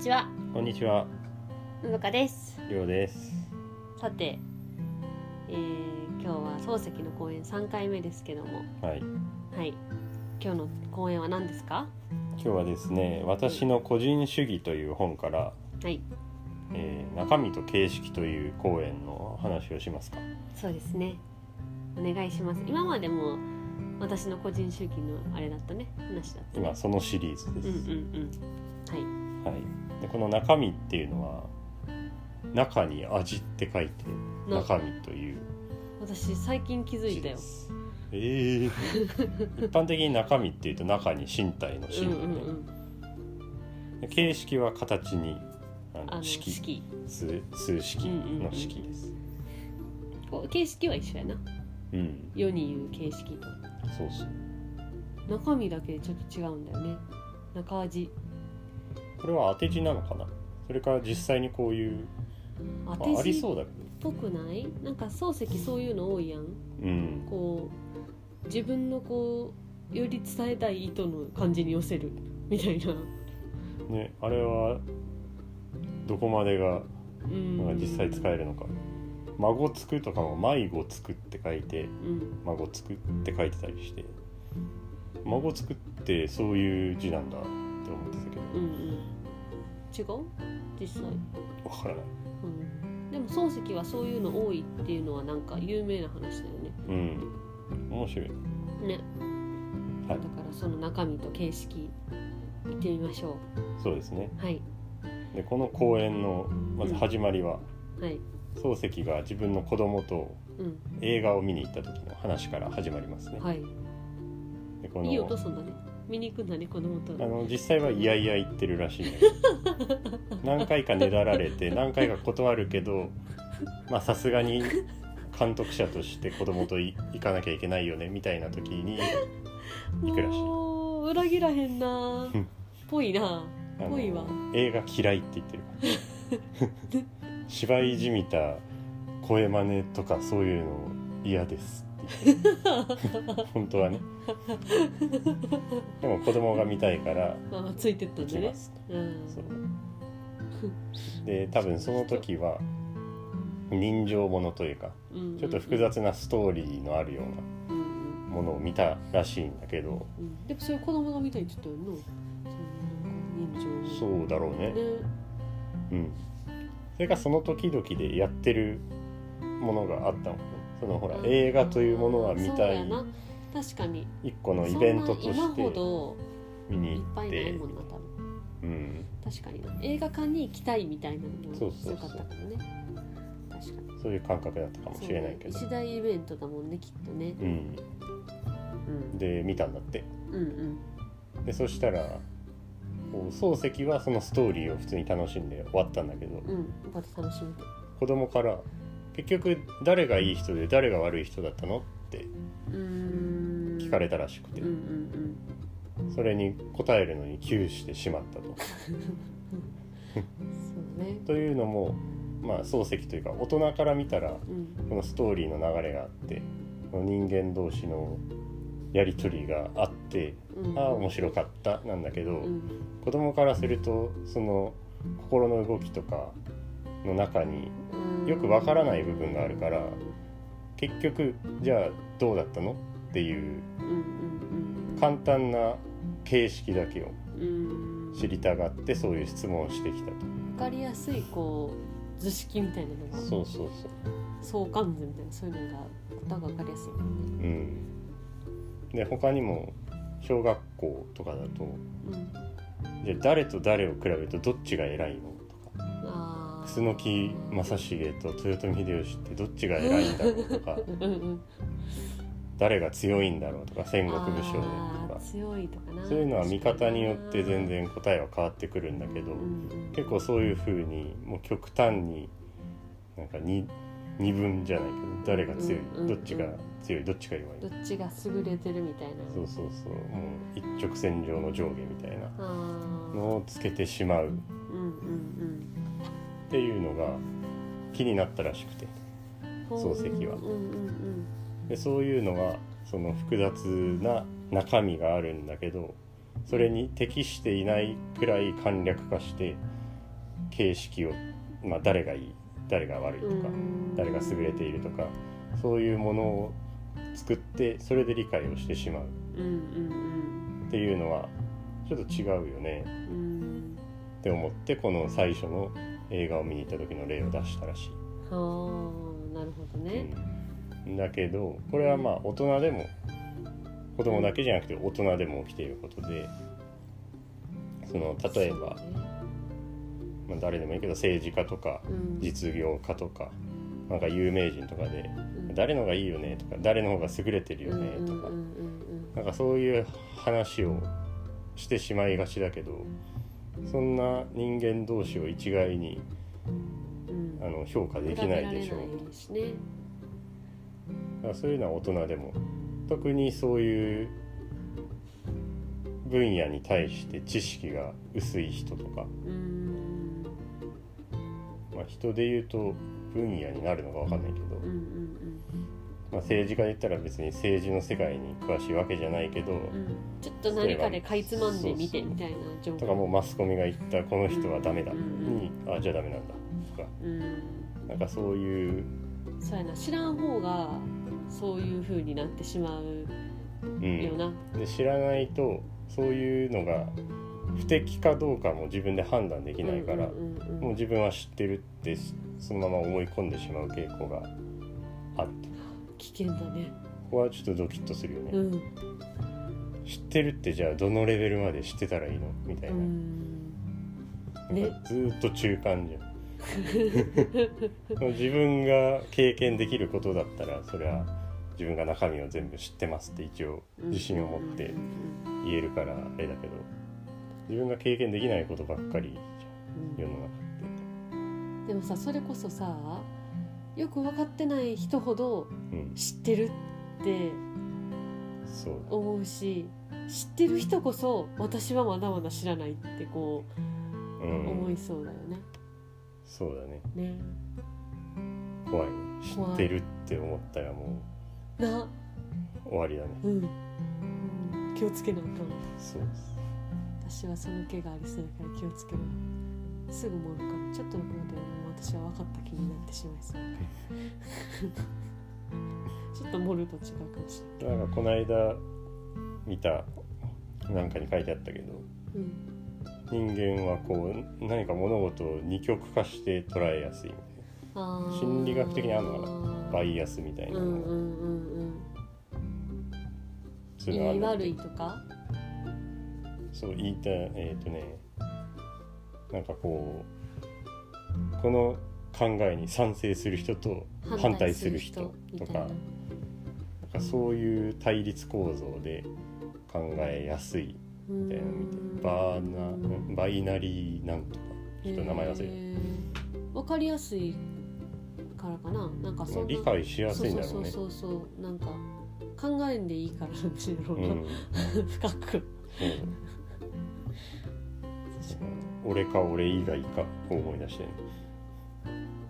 ちは、こんにちは、のどかです。りょうです。さて、えー今日は漱石の公演3回目ですけども、はい、はい。今日の公演は何ですか？今日はですね、私の個人主義という本から、はい、えー中身と形式という講演の話をしますか。そうですね。お願いします。今までも私の個人主義のあれだったね、話だったね。今そのシリーズでうんうんす。うん。はい。で、この中身っていうのは中に味って書いてはい。中身という私最近気づい字たよで。す。ええ一般的に中身っていうと中に身体のうん身うでんうん。で形式は形にああのの式式。数数式の式です。こう形式は一緒やな。うん、世に言う形式と。そうそう。中身だけちょっと違うんだよね中味これは当て字なのかなそれから実際にこういう、当まあ、てあり字っそうだけぽくないなんか漱石そういうの多いやんどうんこう自分のこうより伝えたい意図の感じに寄せるみたいなねあれはどこまでがうんまあ実際使えるのか「孫つく」とかも「迷子つく」って書いてうん「孫つく」って書いてたりして「孫つく」ってそういう字なんだって思ってたけうんうどん違う実際、わからないうん、でも漱石はそういうの多いっていうのはなんか有名な話だよねうん面白いね、はいだからその中身と形式いってみましょそうですねうはいでこの公演のまず始まりははい漱石が自分の子供とうん映画を見に行った時の話から始まりますねはいでこいいお父さんだね見に行くんだね子供とあの実際はいやいや言ってるらしい ね何回かねだられて何回か断るけどまあさすがに監督者として子供とい行かなきゃいけないよねみたいな時に行くらしいもう裏切らへんなうんぽいなあのぽいわ映画嫌いって言ってる 芝居じみた声真似とかそういうの嫌ですって 言って本当はねでも子供が見たいからまあまあついてった行んきでまねすうんそうで多分その時は人情ものというかうんちょっと複雑なストーリーのあるよううんうんなものを見たらしいんだけどうんでもそれ子供が見たいって言ったよなそのなんか人情そうだろうねねうんそれがその時々でやってるものがあったのそのほら映画というものは見そうたやいな確かに一個のイベントとそんしな今ほてど見いっに行ぱっいないてもんな多分うん確かにな映画館に行きたいみたいなのそがうそうそ強うかったかもね確かにそういう感覚だったかもしれないけどそうね一大イベントだもんねきっとねうんうんで見たんだってうんでそしたらこう漱石はそのストーリーを普通に楽しんで終わったんだけどうんうんまた楽しみて子供から「結局誰がいい人で誰が悪い人だったの?」ってうーん聞かれたらしくてうんうんそれに答えるのに窮してしまったと。うんそうねというのもまあ漱石というか大人から見たらうんこのストーリーの流れがあってこの人間同士のやり取りがあってうんああ面白かったなんだけど。うん子供からするとその心の動きとかの中にうんよくわからない部分があるから結局じゃあどうだったのっていううんうん簡単な形式だけをうんうん知りたがってそういう質問をしてきたわかりやすいこう図式みたいなのとがそうそうそう相関図みたいなそういうのがことがわかりやすいもんねうんで他にも小学校とかだとうんじゃあ誰と誰を比べるとどっちが偉いのとかあー楠木正成と豊臣秀吉ってどっちが偉いんだろうと かうんうん誰が強いんだろうとか戦国武将でとあかー強いとかなそういうのは見方によって全然答えは変わってくるんだけどうんうん結構そういう風にもう極端になんかに二分じゃないけど誰が強いうんうんうどんっちが強いどっちが弱いどっちが優れてるみたいなそうそうそうもう一直線上の上下みたいなあーのをつけてしまうっうんうんていうのが気になったらしくてうん漱石はうんうんでそういうのはその複雑な中身があるんだけどそれに適していないくらい簡略化して形式を、まあ、誰がいい誰が悪いとうかん誰が優れているとかそういうものを作ってそれで理解をしてしまううんうんっていうのはちょっと違うよねうんうんって思ってこの最初の映画を見に行った時の例を出したらしい。あーなるほどねうんだけどこれはまあ大人でも子供だけじゃなくて大人でも起きていることでその例えば、そうねまあ、誰でもいいけど政治家とかうん実業家とかなんか有名人とかでうん誰のがいいよねとか誰の方が優れてるよねとかうんうんなんかそういう話をしてしまいがちだけどそんな人間同士を一概にうんうんうんあの評価できないでしょう比べられないしねだからそういうのは大人でも特にそういう分野に対して知識が薄い人とか、うんまあ、人で言うと分野になるのか分かんないけど、うんうんまあ、政治家で言ったら別に政治の世界に詳しいわけじゃないけど、うんうんちょっと何かでかいつまんでみてみたいな情とかも報うマスコミが言ったこの人はダメだうんに、あじゃあダメなんだとかうんなんかそういう、そうやな知らん方がそういう風になってしまううんよな、で知らないとそういうのが不適かどうかも自分で判断できないから。うんうんうんもう自分は知ってるってそそのまま思い込んでしまう傾向があって危険だねここはちょっとドキッとするよね、うん知ってるってじゃあどのレベルまで知ってたらいいのみたいうな,、んねずーっと中間じ ゃん自分が経験できることだったらそりゃ自分が中身を全部知ってますって一応自信を持ってうん言えるからあれだけど自分が経験できないことばっかりうじゃん世の中んでもさそれこそさよく分かってない人ほどうん知ってるってそうだ思うし知ってる人こそ私はまだまだ知らないってこうう思んいそうだよね。そうだねね怖いね知ってるって思ったらもなう終わりだねうん、うん、気をつけなあかんそうです私はその毛がありそうだから気をつけろすぐもるからちょっとのことでもう私は分かった気になってしまい そうだからちょっとモルと違うかもしなんかこの間見たなんかに書いてあったけどれない、うん、人間はこう何か物事を二極化して捉えやすいみたいあー心理学的にあんのかなバイイアスみたいなうんのうがんうんうそんういうのあいるいんだ悪いとかそう言いたいえっ、とねなんかこうこの考えに賛成する人と反対する人とみかなんかそういう対立構造で考えやすいみたたいいななの見てバーナバイナリーなんとかちょっと名前忘れた分かりやすいからかななんかそんな理解しやすいんだろそううねそうそうそうなんか考えんでいいからなんていうのうが、ん深くうん俺か俺以外かを思い出してね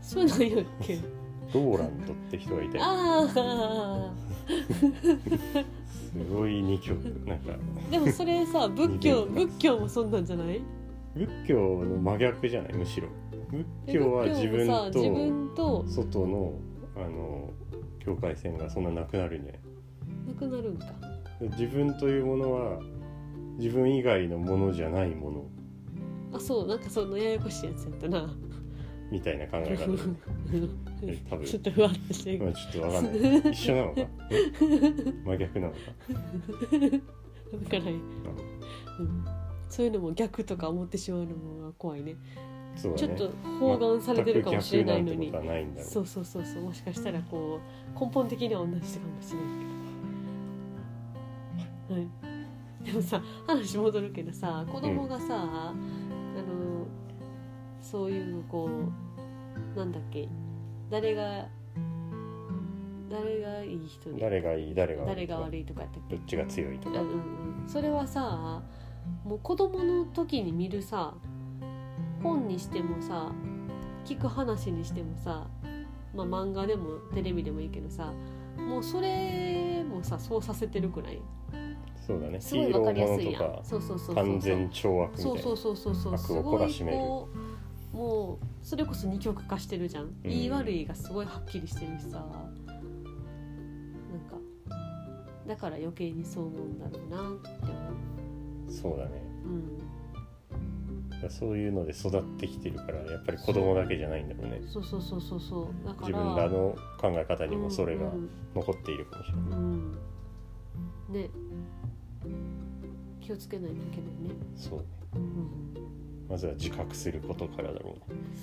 そういうの言うっけローランドって人がいてああすごい2曲なんかでもそれさ仏教似てる仏教もそんなんじゃない仏教の真逆じゃないむしろ仏教は自仏教も分さ自と分と外のあの境界線がそんななくなるんじゃないなくなるんか自分というものは自分以外のものじゃないものあそうなんかそのややこしいやつやったなみたいな考 え方え多分ちょっとふわっとしてるまあちょっとわかん ない一緒なのかん真逆なのかだから、うん、そういうのも逆とか思ってしまうのも怖いねそうちだょっねと包含されてるかもしれないの全にく逆なんてことはないんだろうそうそうそうそうもしかしたらこう根本的には同じかもしれないけど、はい、でもさ話戻るけどさ子供がさ、あのそういうこうなんだっけ誰が誰がいい人で誰がいい誰が誰悪いとがか悪いとかやったっけどっちが強いとうかんうんうんそれはさもう子供の時に見るさ本にしてもさ聞く話にしてもさ、まあ、漫画でもテレビでもいいけどさもうそれもさそうさせてるくらいそうだねすごヒいわーロかーりやもすいやんのとそうそうそかうそうそう完全懲悪みたいそうなそうそうそうそう悪すをご懲らいしめるこうもうそれこそ二極化してるじゃん、うん言い悪いがすごいはっきりしてるしさなんかだから余計にそう思うんだろうなって思うそうだねうんだからそういうので育ってきてるからやっぱり子供だけじゃないんだろうねそうそうそうそうそうだから自分らの考え方にもそれがうん残っているかもしれない、うんうんね気をつけないといけないね、そうねうん、まずは自覚することからだろ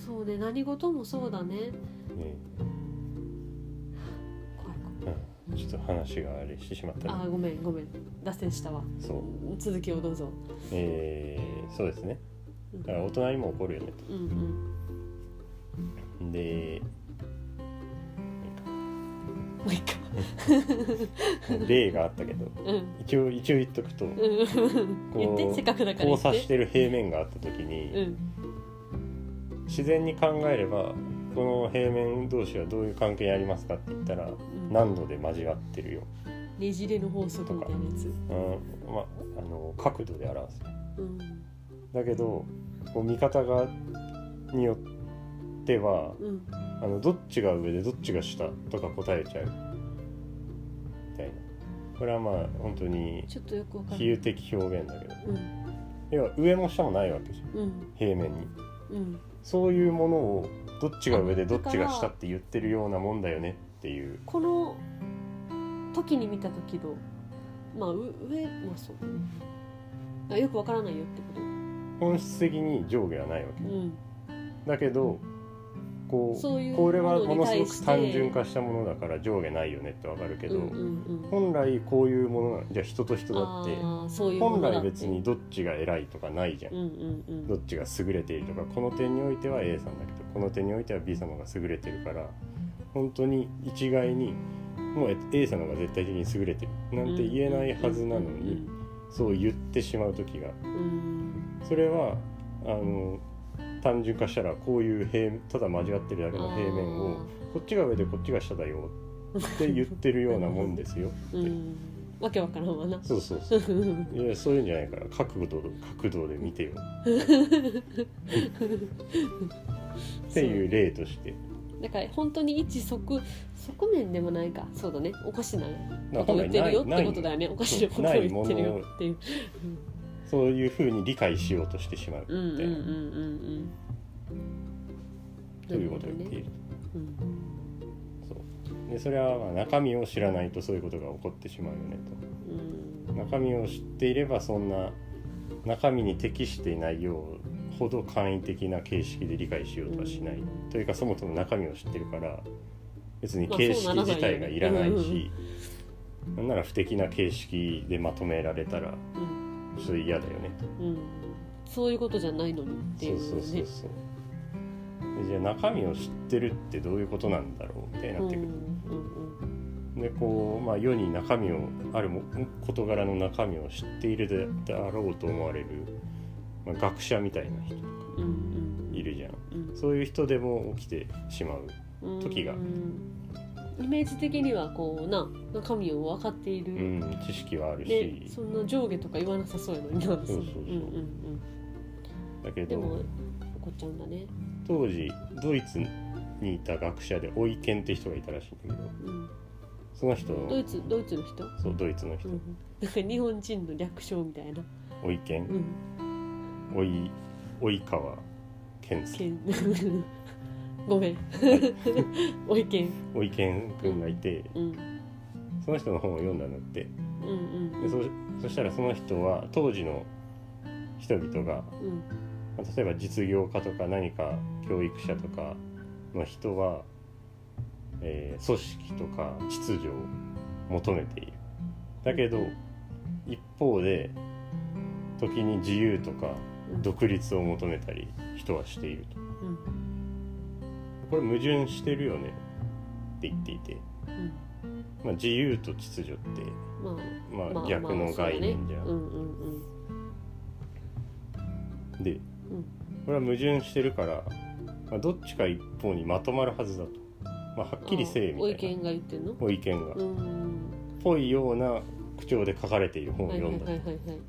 そうね何事もそうだねうねね怖いうんちょっと話があれしてしまった怖いあねーごめんごめん脱線したわそう続きをどうぞえー、そうですねうんだから大人にも怒るよねうんうんとでもういいか例があったけどうん一応一応言っとくとうんこう言ってせっかくだから言交って差してる平面があった時うにん自然に考えればこの平面同士はどういう関係ありますかって言ったらうん何度で交わってるよ、ねじれの法則みたいなやつうんまあ、あの角度で表すうんだけどこう見方がによってはうんあのどっちが上でどっちが下とか答えちゃうみたいなこれはまあ本当にちょっとよくわか比る喩的表現だけどうん要は上も下もないわけじゃんうん平面にうんそういうものをどっちが上でどっちが下って言ってるようなもんだよねっていうこの時に見た時のまあう上まあそうあよくわからないよってこと本質的に上下はないわけうんだけどこうそういうこれはもにのすご対くして単純化したものだから上下ないよねってわかるけど、うんうん本来こういうものなんじゃあ人と人うん、だってあーそういうも本のだって来別にどっちが偉いとかないじゃんうんうんうんどっちが優れているとかこの点においては A さんだけどこの点においては B 様が優れてるから本当に一概にもう A さんの方が絶対的に優れてるなんて言えないはずなのにそう言ってしまう時がうんうんそれはあの単純化したらこういう平ただ交わってるだけの平面をこっちが上でこっちが下だよって言ってるようなもんですよ。あーうんわけわからんわ なそうそうそういやそういうんじゃないから角度角度で見てよっていう例としてだから本当に一側側面でもないかそうだねおかしななことんかをな言いってるよっなていことだよねおかしなことを言ってるよっていうそういうふうに理解しようとしてしまうみうんうんうんたういんな、うんということを言っている、うんそうでそれはまあ中身を知らないとそういうことが起こってしまうよねうんと中身を知っていればそんな中身に適していないようほど簡易的な形式で理解しようとはしない、うんというかそもそも中身を知ってるから別にまあ形式自体がいらないそうならないよし、なんなら不適な形式でまとめられたらうんちょっと嫌だよねとうんそういうことじゃないのにっていそううねそうそうそうでじゃあ中身を知ってるってどういうことなんだろうみたいになってくる、うんでこう、まあ、世に中身をあるも事柄の中身を知っているであろうと思われる、まあ、学者みたいな人うんうんうんいるじゃんうんそういう人でも起きてしまううん時がイメージ的にはこうな中身を分かっていうる、ん知識はあるでしそんな上下とか言わなさそうやのになそうそうそううんんだけうん、でもど怒っちゃうんだね、当時ドイツにいた学者でオイケンって人がいたらしいんだけどうん、その人のドイツドイツの人、そうドイツのう人、ん、なんか日本人の略称みたいな、オイケうンん、オイ及川健介けん ごめんお意見、お意見くんがいてうん、その人の本を読んだんだってうんうんでそそしたらその人は当時の人々がうんまあ例えば実業家とか何か教育者とかの人は、えー組織とか秩序を求めているだけど一方で時に自由とかうん独立を求めたり人はしているとうんこれ矛盾してるよねって言っていて、うんまあ、自由と秩序って、まあままああ、逆の概念じゃん、まあそうだね、うんうん でうんこれは矛盾してるから、まあ、どっちか一方にまとまるはずだと、まあ、はっきりせえあおみ意たいな見が言ってんのお意見がうーんぽいような口調で書かれている本をはいはい読んはだ、いはいはい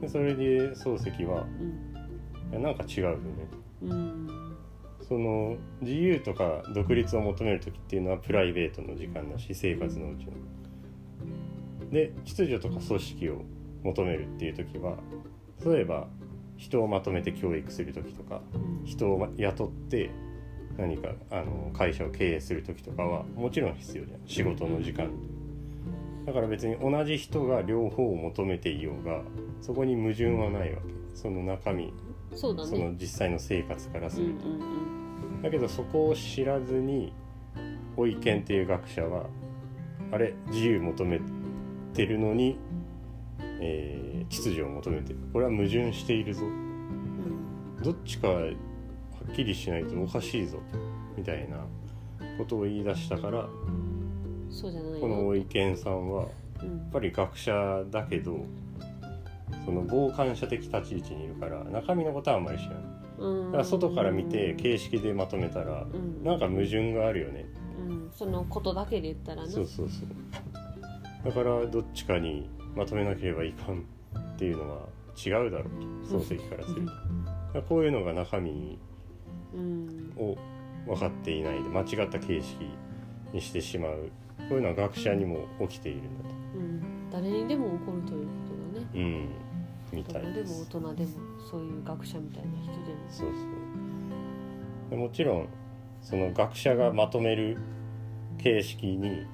でそれで漱石はうんいやなんか違うよねうんその自由とか独立を求める時っていうのはプライベートの時間だし生活のうちの。で秩序とか組織を求めるっていう時は例えば人をまとめて教育する時とかうん人を雇って何かあの会社を経営する時とかはもちろん必要じゃん仕事の時間だから別に同じ人が両方を求めていようがそこに矛盾はないわけその中身そうだそねの実際の生活からうすんうるんうんだけどそこを知らずにお意見っていう学者はあれ自由求めてるのに、えー秩序を求めてるこれは矛盾しているぞうんどっちかはっきりしないとおかしいぞみたいなことを言い出したからそうじゃないこのよお意見さんはやうんっぱり学者だけどその傍観者的立ち位置にいるから中身のことはあんまり知らないうんだから外から見て形式でまとめたらうんなんか矛盾があるよねうんそのことだけで言ったらなそうそうそうだからどっちかにまとめなければいかんっていうのは違うだろうと漱石からするとだからこういうのが中身うんを分かっていないで間違った形式にしてしまうこういうのは学者にも起きているんだとうん誰にでも起こるということだねうんみ子たい供でも大です人でもそういう学者みたいな人でもそうそうでもちろんその学者がまとめる形式に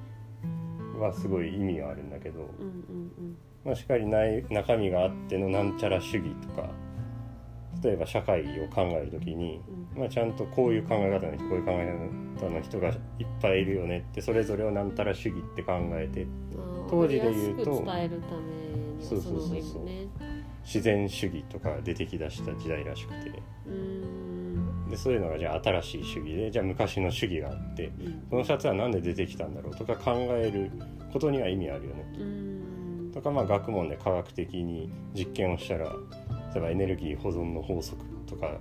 はすごい意味があるんだけど、うんうんまあ、しっかりない中身があってのなんちゃら主義とか例えば社会を考えるときに、まあ、ちゃんとこういう考え方の人こういう考え方の人がいっぱいいるよねってそれぞれをなんたら主義って考えてうんあー当時で言うとわかりやすく伝えるためにはそうそそのうそうそう上もね自然主義とか出てきだした時代らしくてうーんでそういうのがじゃあ新しい主義でじゃあ昔の主義があってうんこの2つは何で出てきたんだろうとか考えることには意味あるよねうーんとかまあ学問で科学的に実験をしたら例えばエネルギー保存の法則とか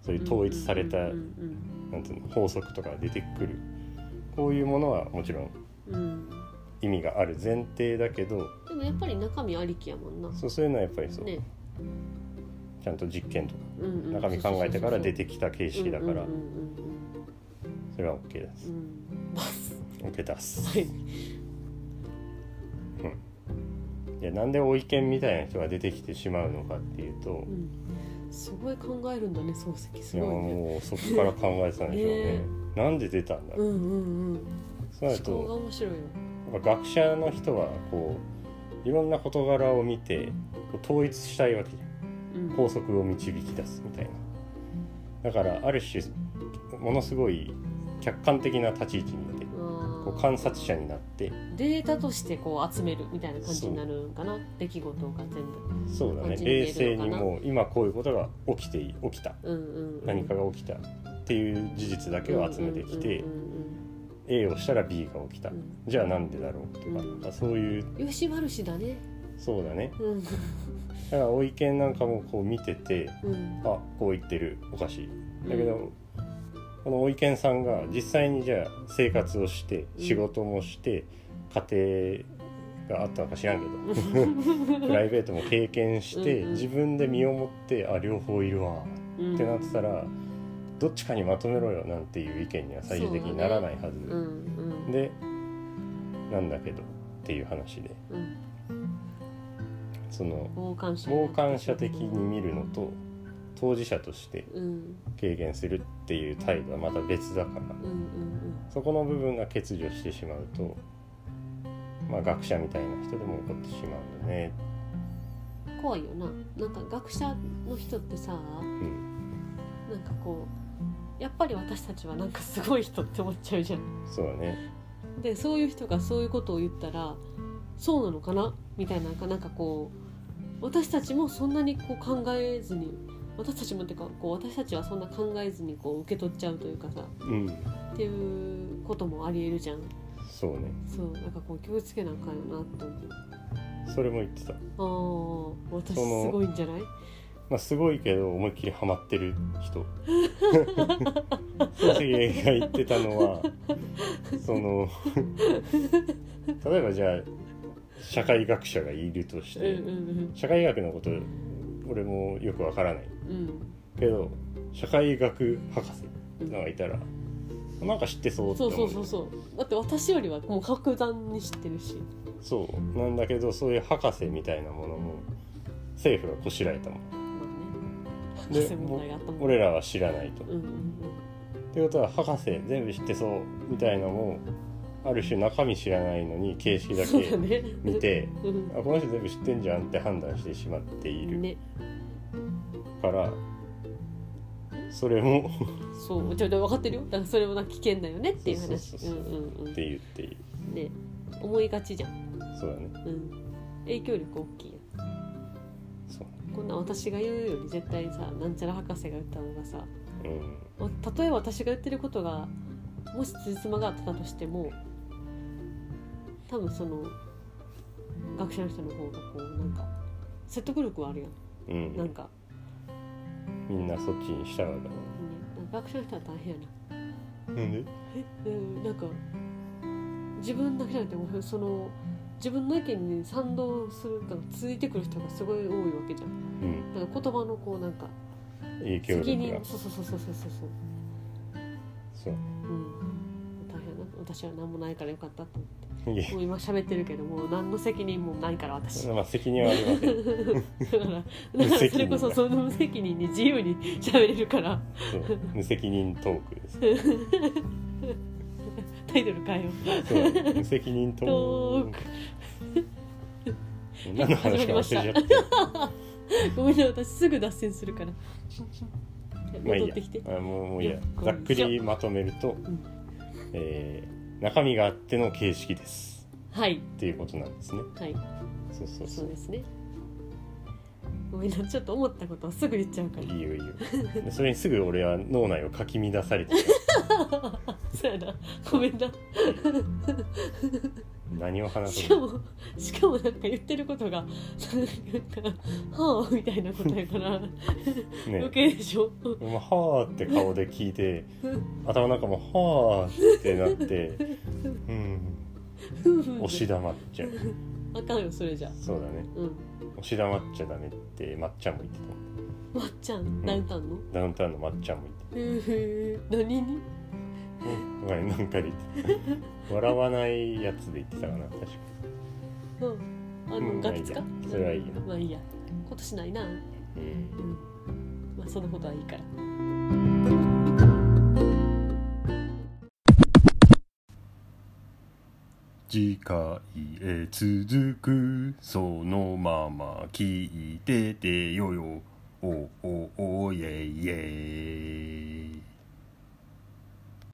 そういう統一されたうんなんていうの法則とかが出てくるこういうものはもちろんうんうんうん意味がある前提だけどでもやっぱり中身ありきやもんなそうそういうのはやっぱりそう、ねちゃんと実験とかうんうん中身考えてから出てききた形式だからうんうんうんそれは OK でうすんうんバス OK ですはいいやなんでお意見みたいな人が出てきてしまうのかっていうとうんすごい考えるんだね漱石すいやごいねもうそこから考えてたんで しょうねねなんで出たんだうろうんうんうんそうな思る考とが面白いよやっぱ学者の人はこういろんな事柄を見てこう統一したいわけじゃうんん法則を導き出すみたいなだからある種ものすごい客観的な立ち位置にいてあこーう観察者になってデータとしてこう集めるみたいな感じになるんかな出来事が全部そうだねこっちに見える冷静にのかなもう今こういうことが起きてい起きたうんうん、うん、何かが起きたっていう事実だけを集めてきてうんうん A をしたら B が起きたうんじゃあなんでだろうとかうんまあそういううんよし悪しだねそうだねうんだからお意見なんかもこう見ててうんあこう言ってるおかしいうんだけど、このお意見さんが実際にじゃあ生活をしてうん仕事もして、家庭があったのか知らんけ どプライベートも経験してうんうん自分で身をもってあ両方いるわってなってたら、どっちかにまとめろよなんていう意見には最終的にならないはず、うんうんでなんだけどっていう話でうんその傍観者傍観者的に見るのと当事者としてうんうん軽減するっていう態度はまた別だからうんうんそこの部分が欠如してしまうと、まあ、学者みたいな人でも起こってしまうんだね、うん怖いよななんか学者の人ってさうん、なんかこうやっぱり私たちはなんかすごい人って思っちゃうじゃんそうだねでそういう人がそういうことを言ったらそうなのかなみたいななんかこう私たちもそんなにこう考えずに私たちもっていうかこう私たちはそんな考えずにこう受け取っちゃうというかさうんっていうこともありえるじゃんそうねそうなんかこう気をつけなあかんよなってそれも言ってた、思うああ私そのすごいんじゃないまあ、すごいけど思いっきりハマってる 人漱石が言ってたのはその例えばじゃあ社会学者がいるとしうんうてん社会学のこと俺もよくわからないうんうんけど社会学博士のがいたらなんか知ってそうってそう思そうそうそうだって私よりはもう格段に知ってるしそうなんだけどそういう博士みたいなものを政府がこしらえたもまあねで 博士問題があったもんの俺らは知らないと。うんうんうんってことは博士全部知ってそうみたいのもある種中身知らないのに形式だそうだけね見て、うんあこの人全部知ってんじゃんって判断してしまっているねから、それもそうちょ分かってるよだからそれもなんか危険だよねっていう話そううそうそうそうんうんうんって言っているね思いがちじゃん、そうだねうん、影響力大きいやんそうこんなん私が言うより絶対さなんちゃら博士が言った方がさうんま例えば私が言ってることがもしつじつまがあったとしても多分その学者の人の方がこうなんか説得力はあるやんうなんんか、みんなそっちに従うかね、学者の人は大変やならなんでえうんなんか自分だけじゃなくてもうその自分の意見に賛同するなんかついてくる人がすごい多いわけじゃんうんだから言葉のこうなんか影響責力任がそうそうそうそうそうそうそうそううん大変やな私は何もないからよかったと思って。いえもう今喋ってるけどもう何の責任もないから私だまあ責任はあり ませんからだか無責任らそだれこそその無責任に自由に喋れる からそう無責任トークですタイトル変えようそうだね無責任トーク何の話か忘れちゃった ごめんね私すぐ脱線するからまあい戻いっやてきて、。あもうもういいやよっ。こいしょざっくりまとめると、んえー中身があっての形式ですはいっていうことなんですね。はいそうそうそそうう。ですねごめんなちょっと思ったことをすぐ言っちゃうかいいよいいよ。でそれにすぐ俺は脳内をかき乱されてしら そうやなごめんなまって何をし話すかのもしかもなんか言ってることがなんか「はあ」みたいなことやからね余。計でしょもうはーって顔で聞いて頭の中もはーってなってうん夫婦押し黙っちゃうあかんよそれじゃそうだねうん押し黙っちゃダメってまっちゃんも言ってたまっちゃんダウンタウンのダウンタウンのまっちゃんも言ってた夫婦何にうん前なんかで言ってた笑わないやつで言ってたかな確かうんあうのんガキつかまあいいやそれはいいやまあいいや今年ないなうに、んまあそのことはいいから次回へ続くそのまま聞いててよよおおおいえいえ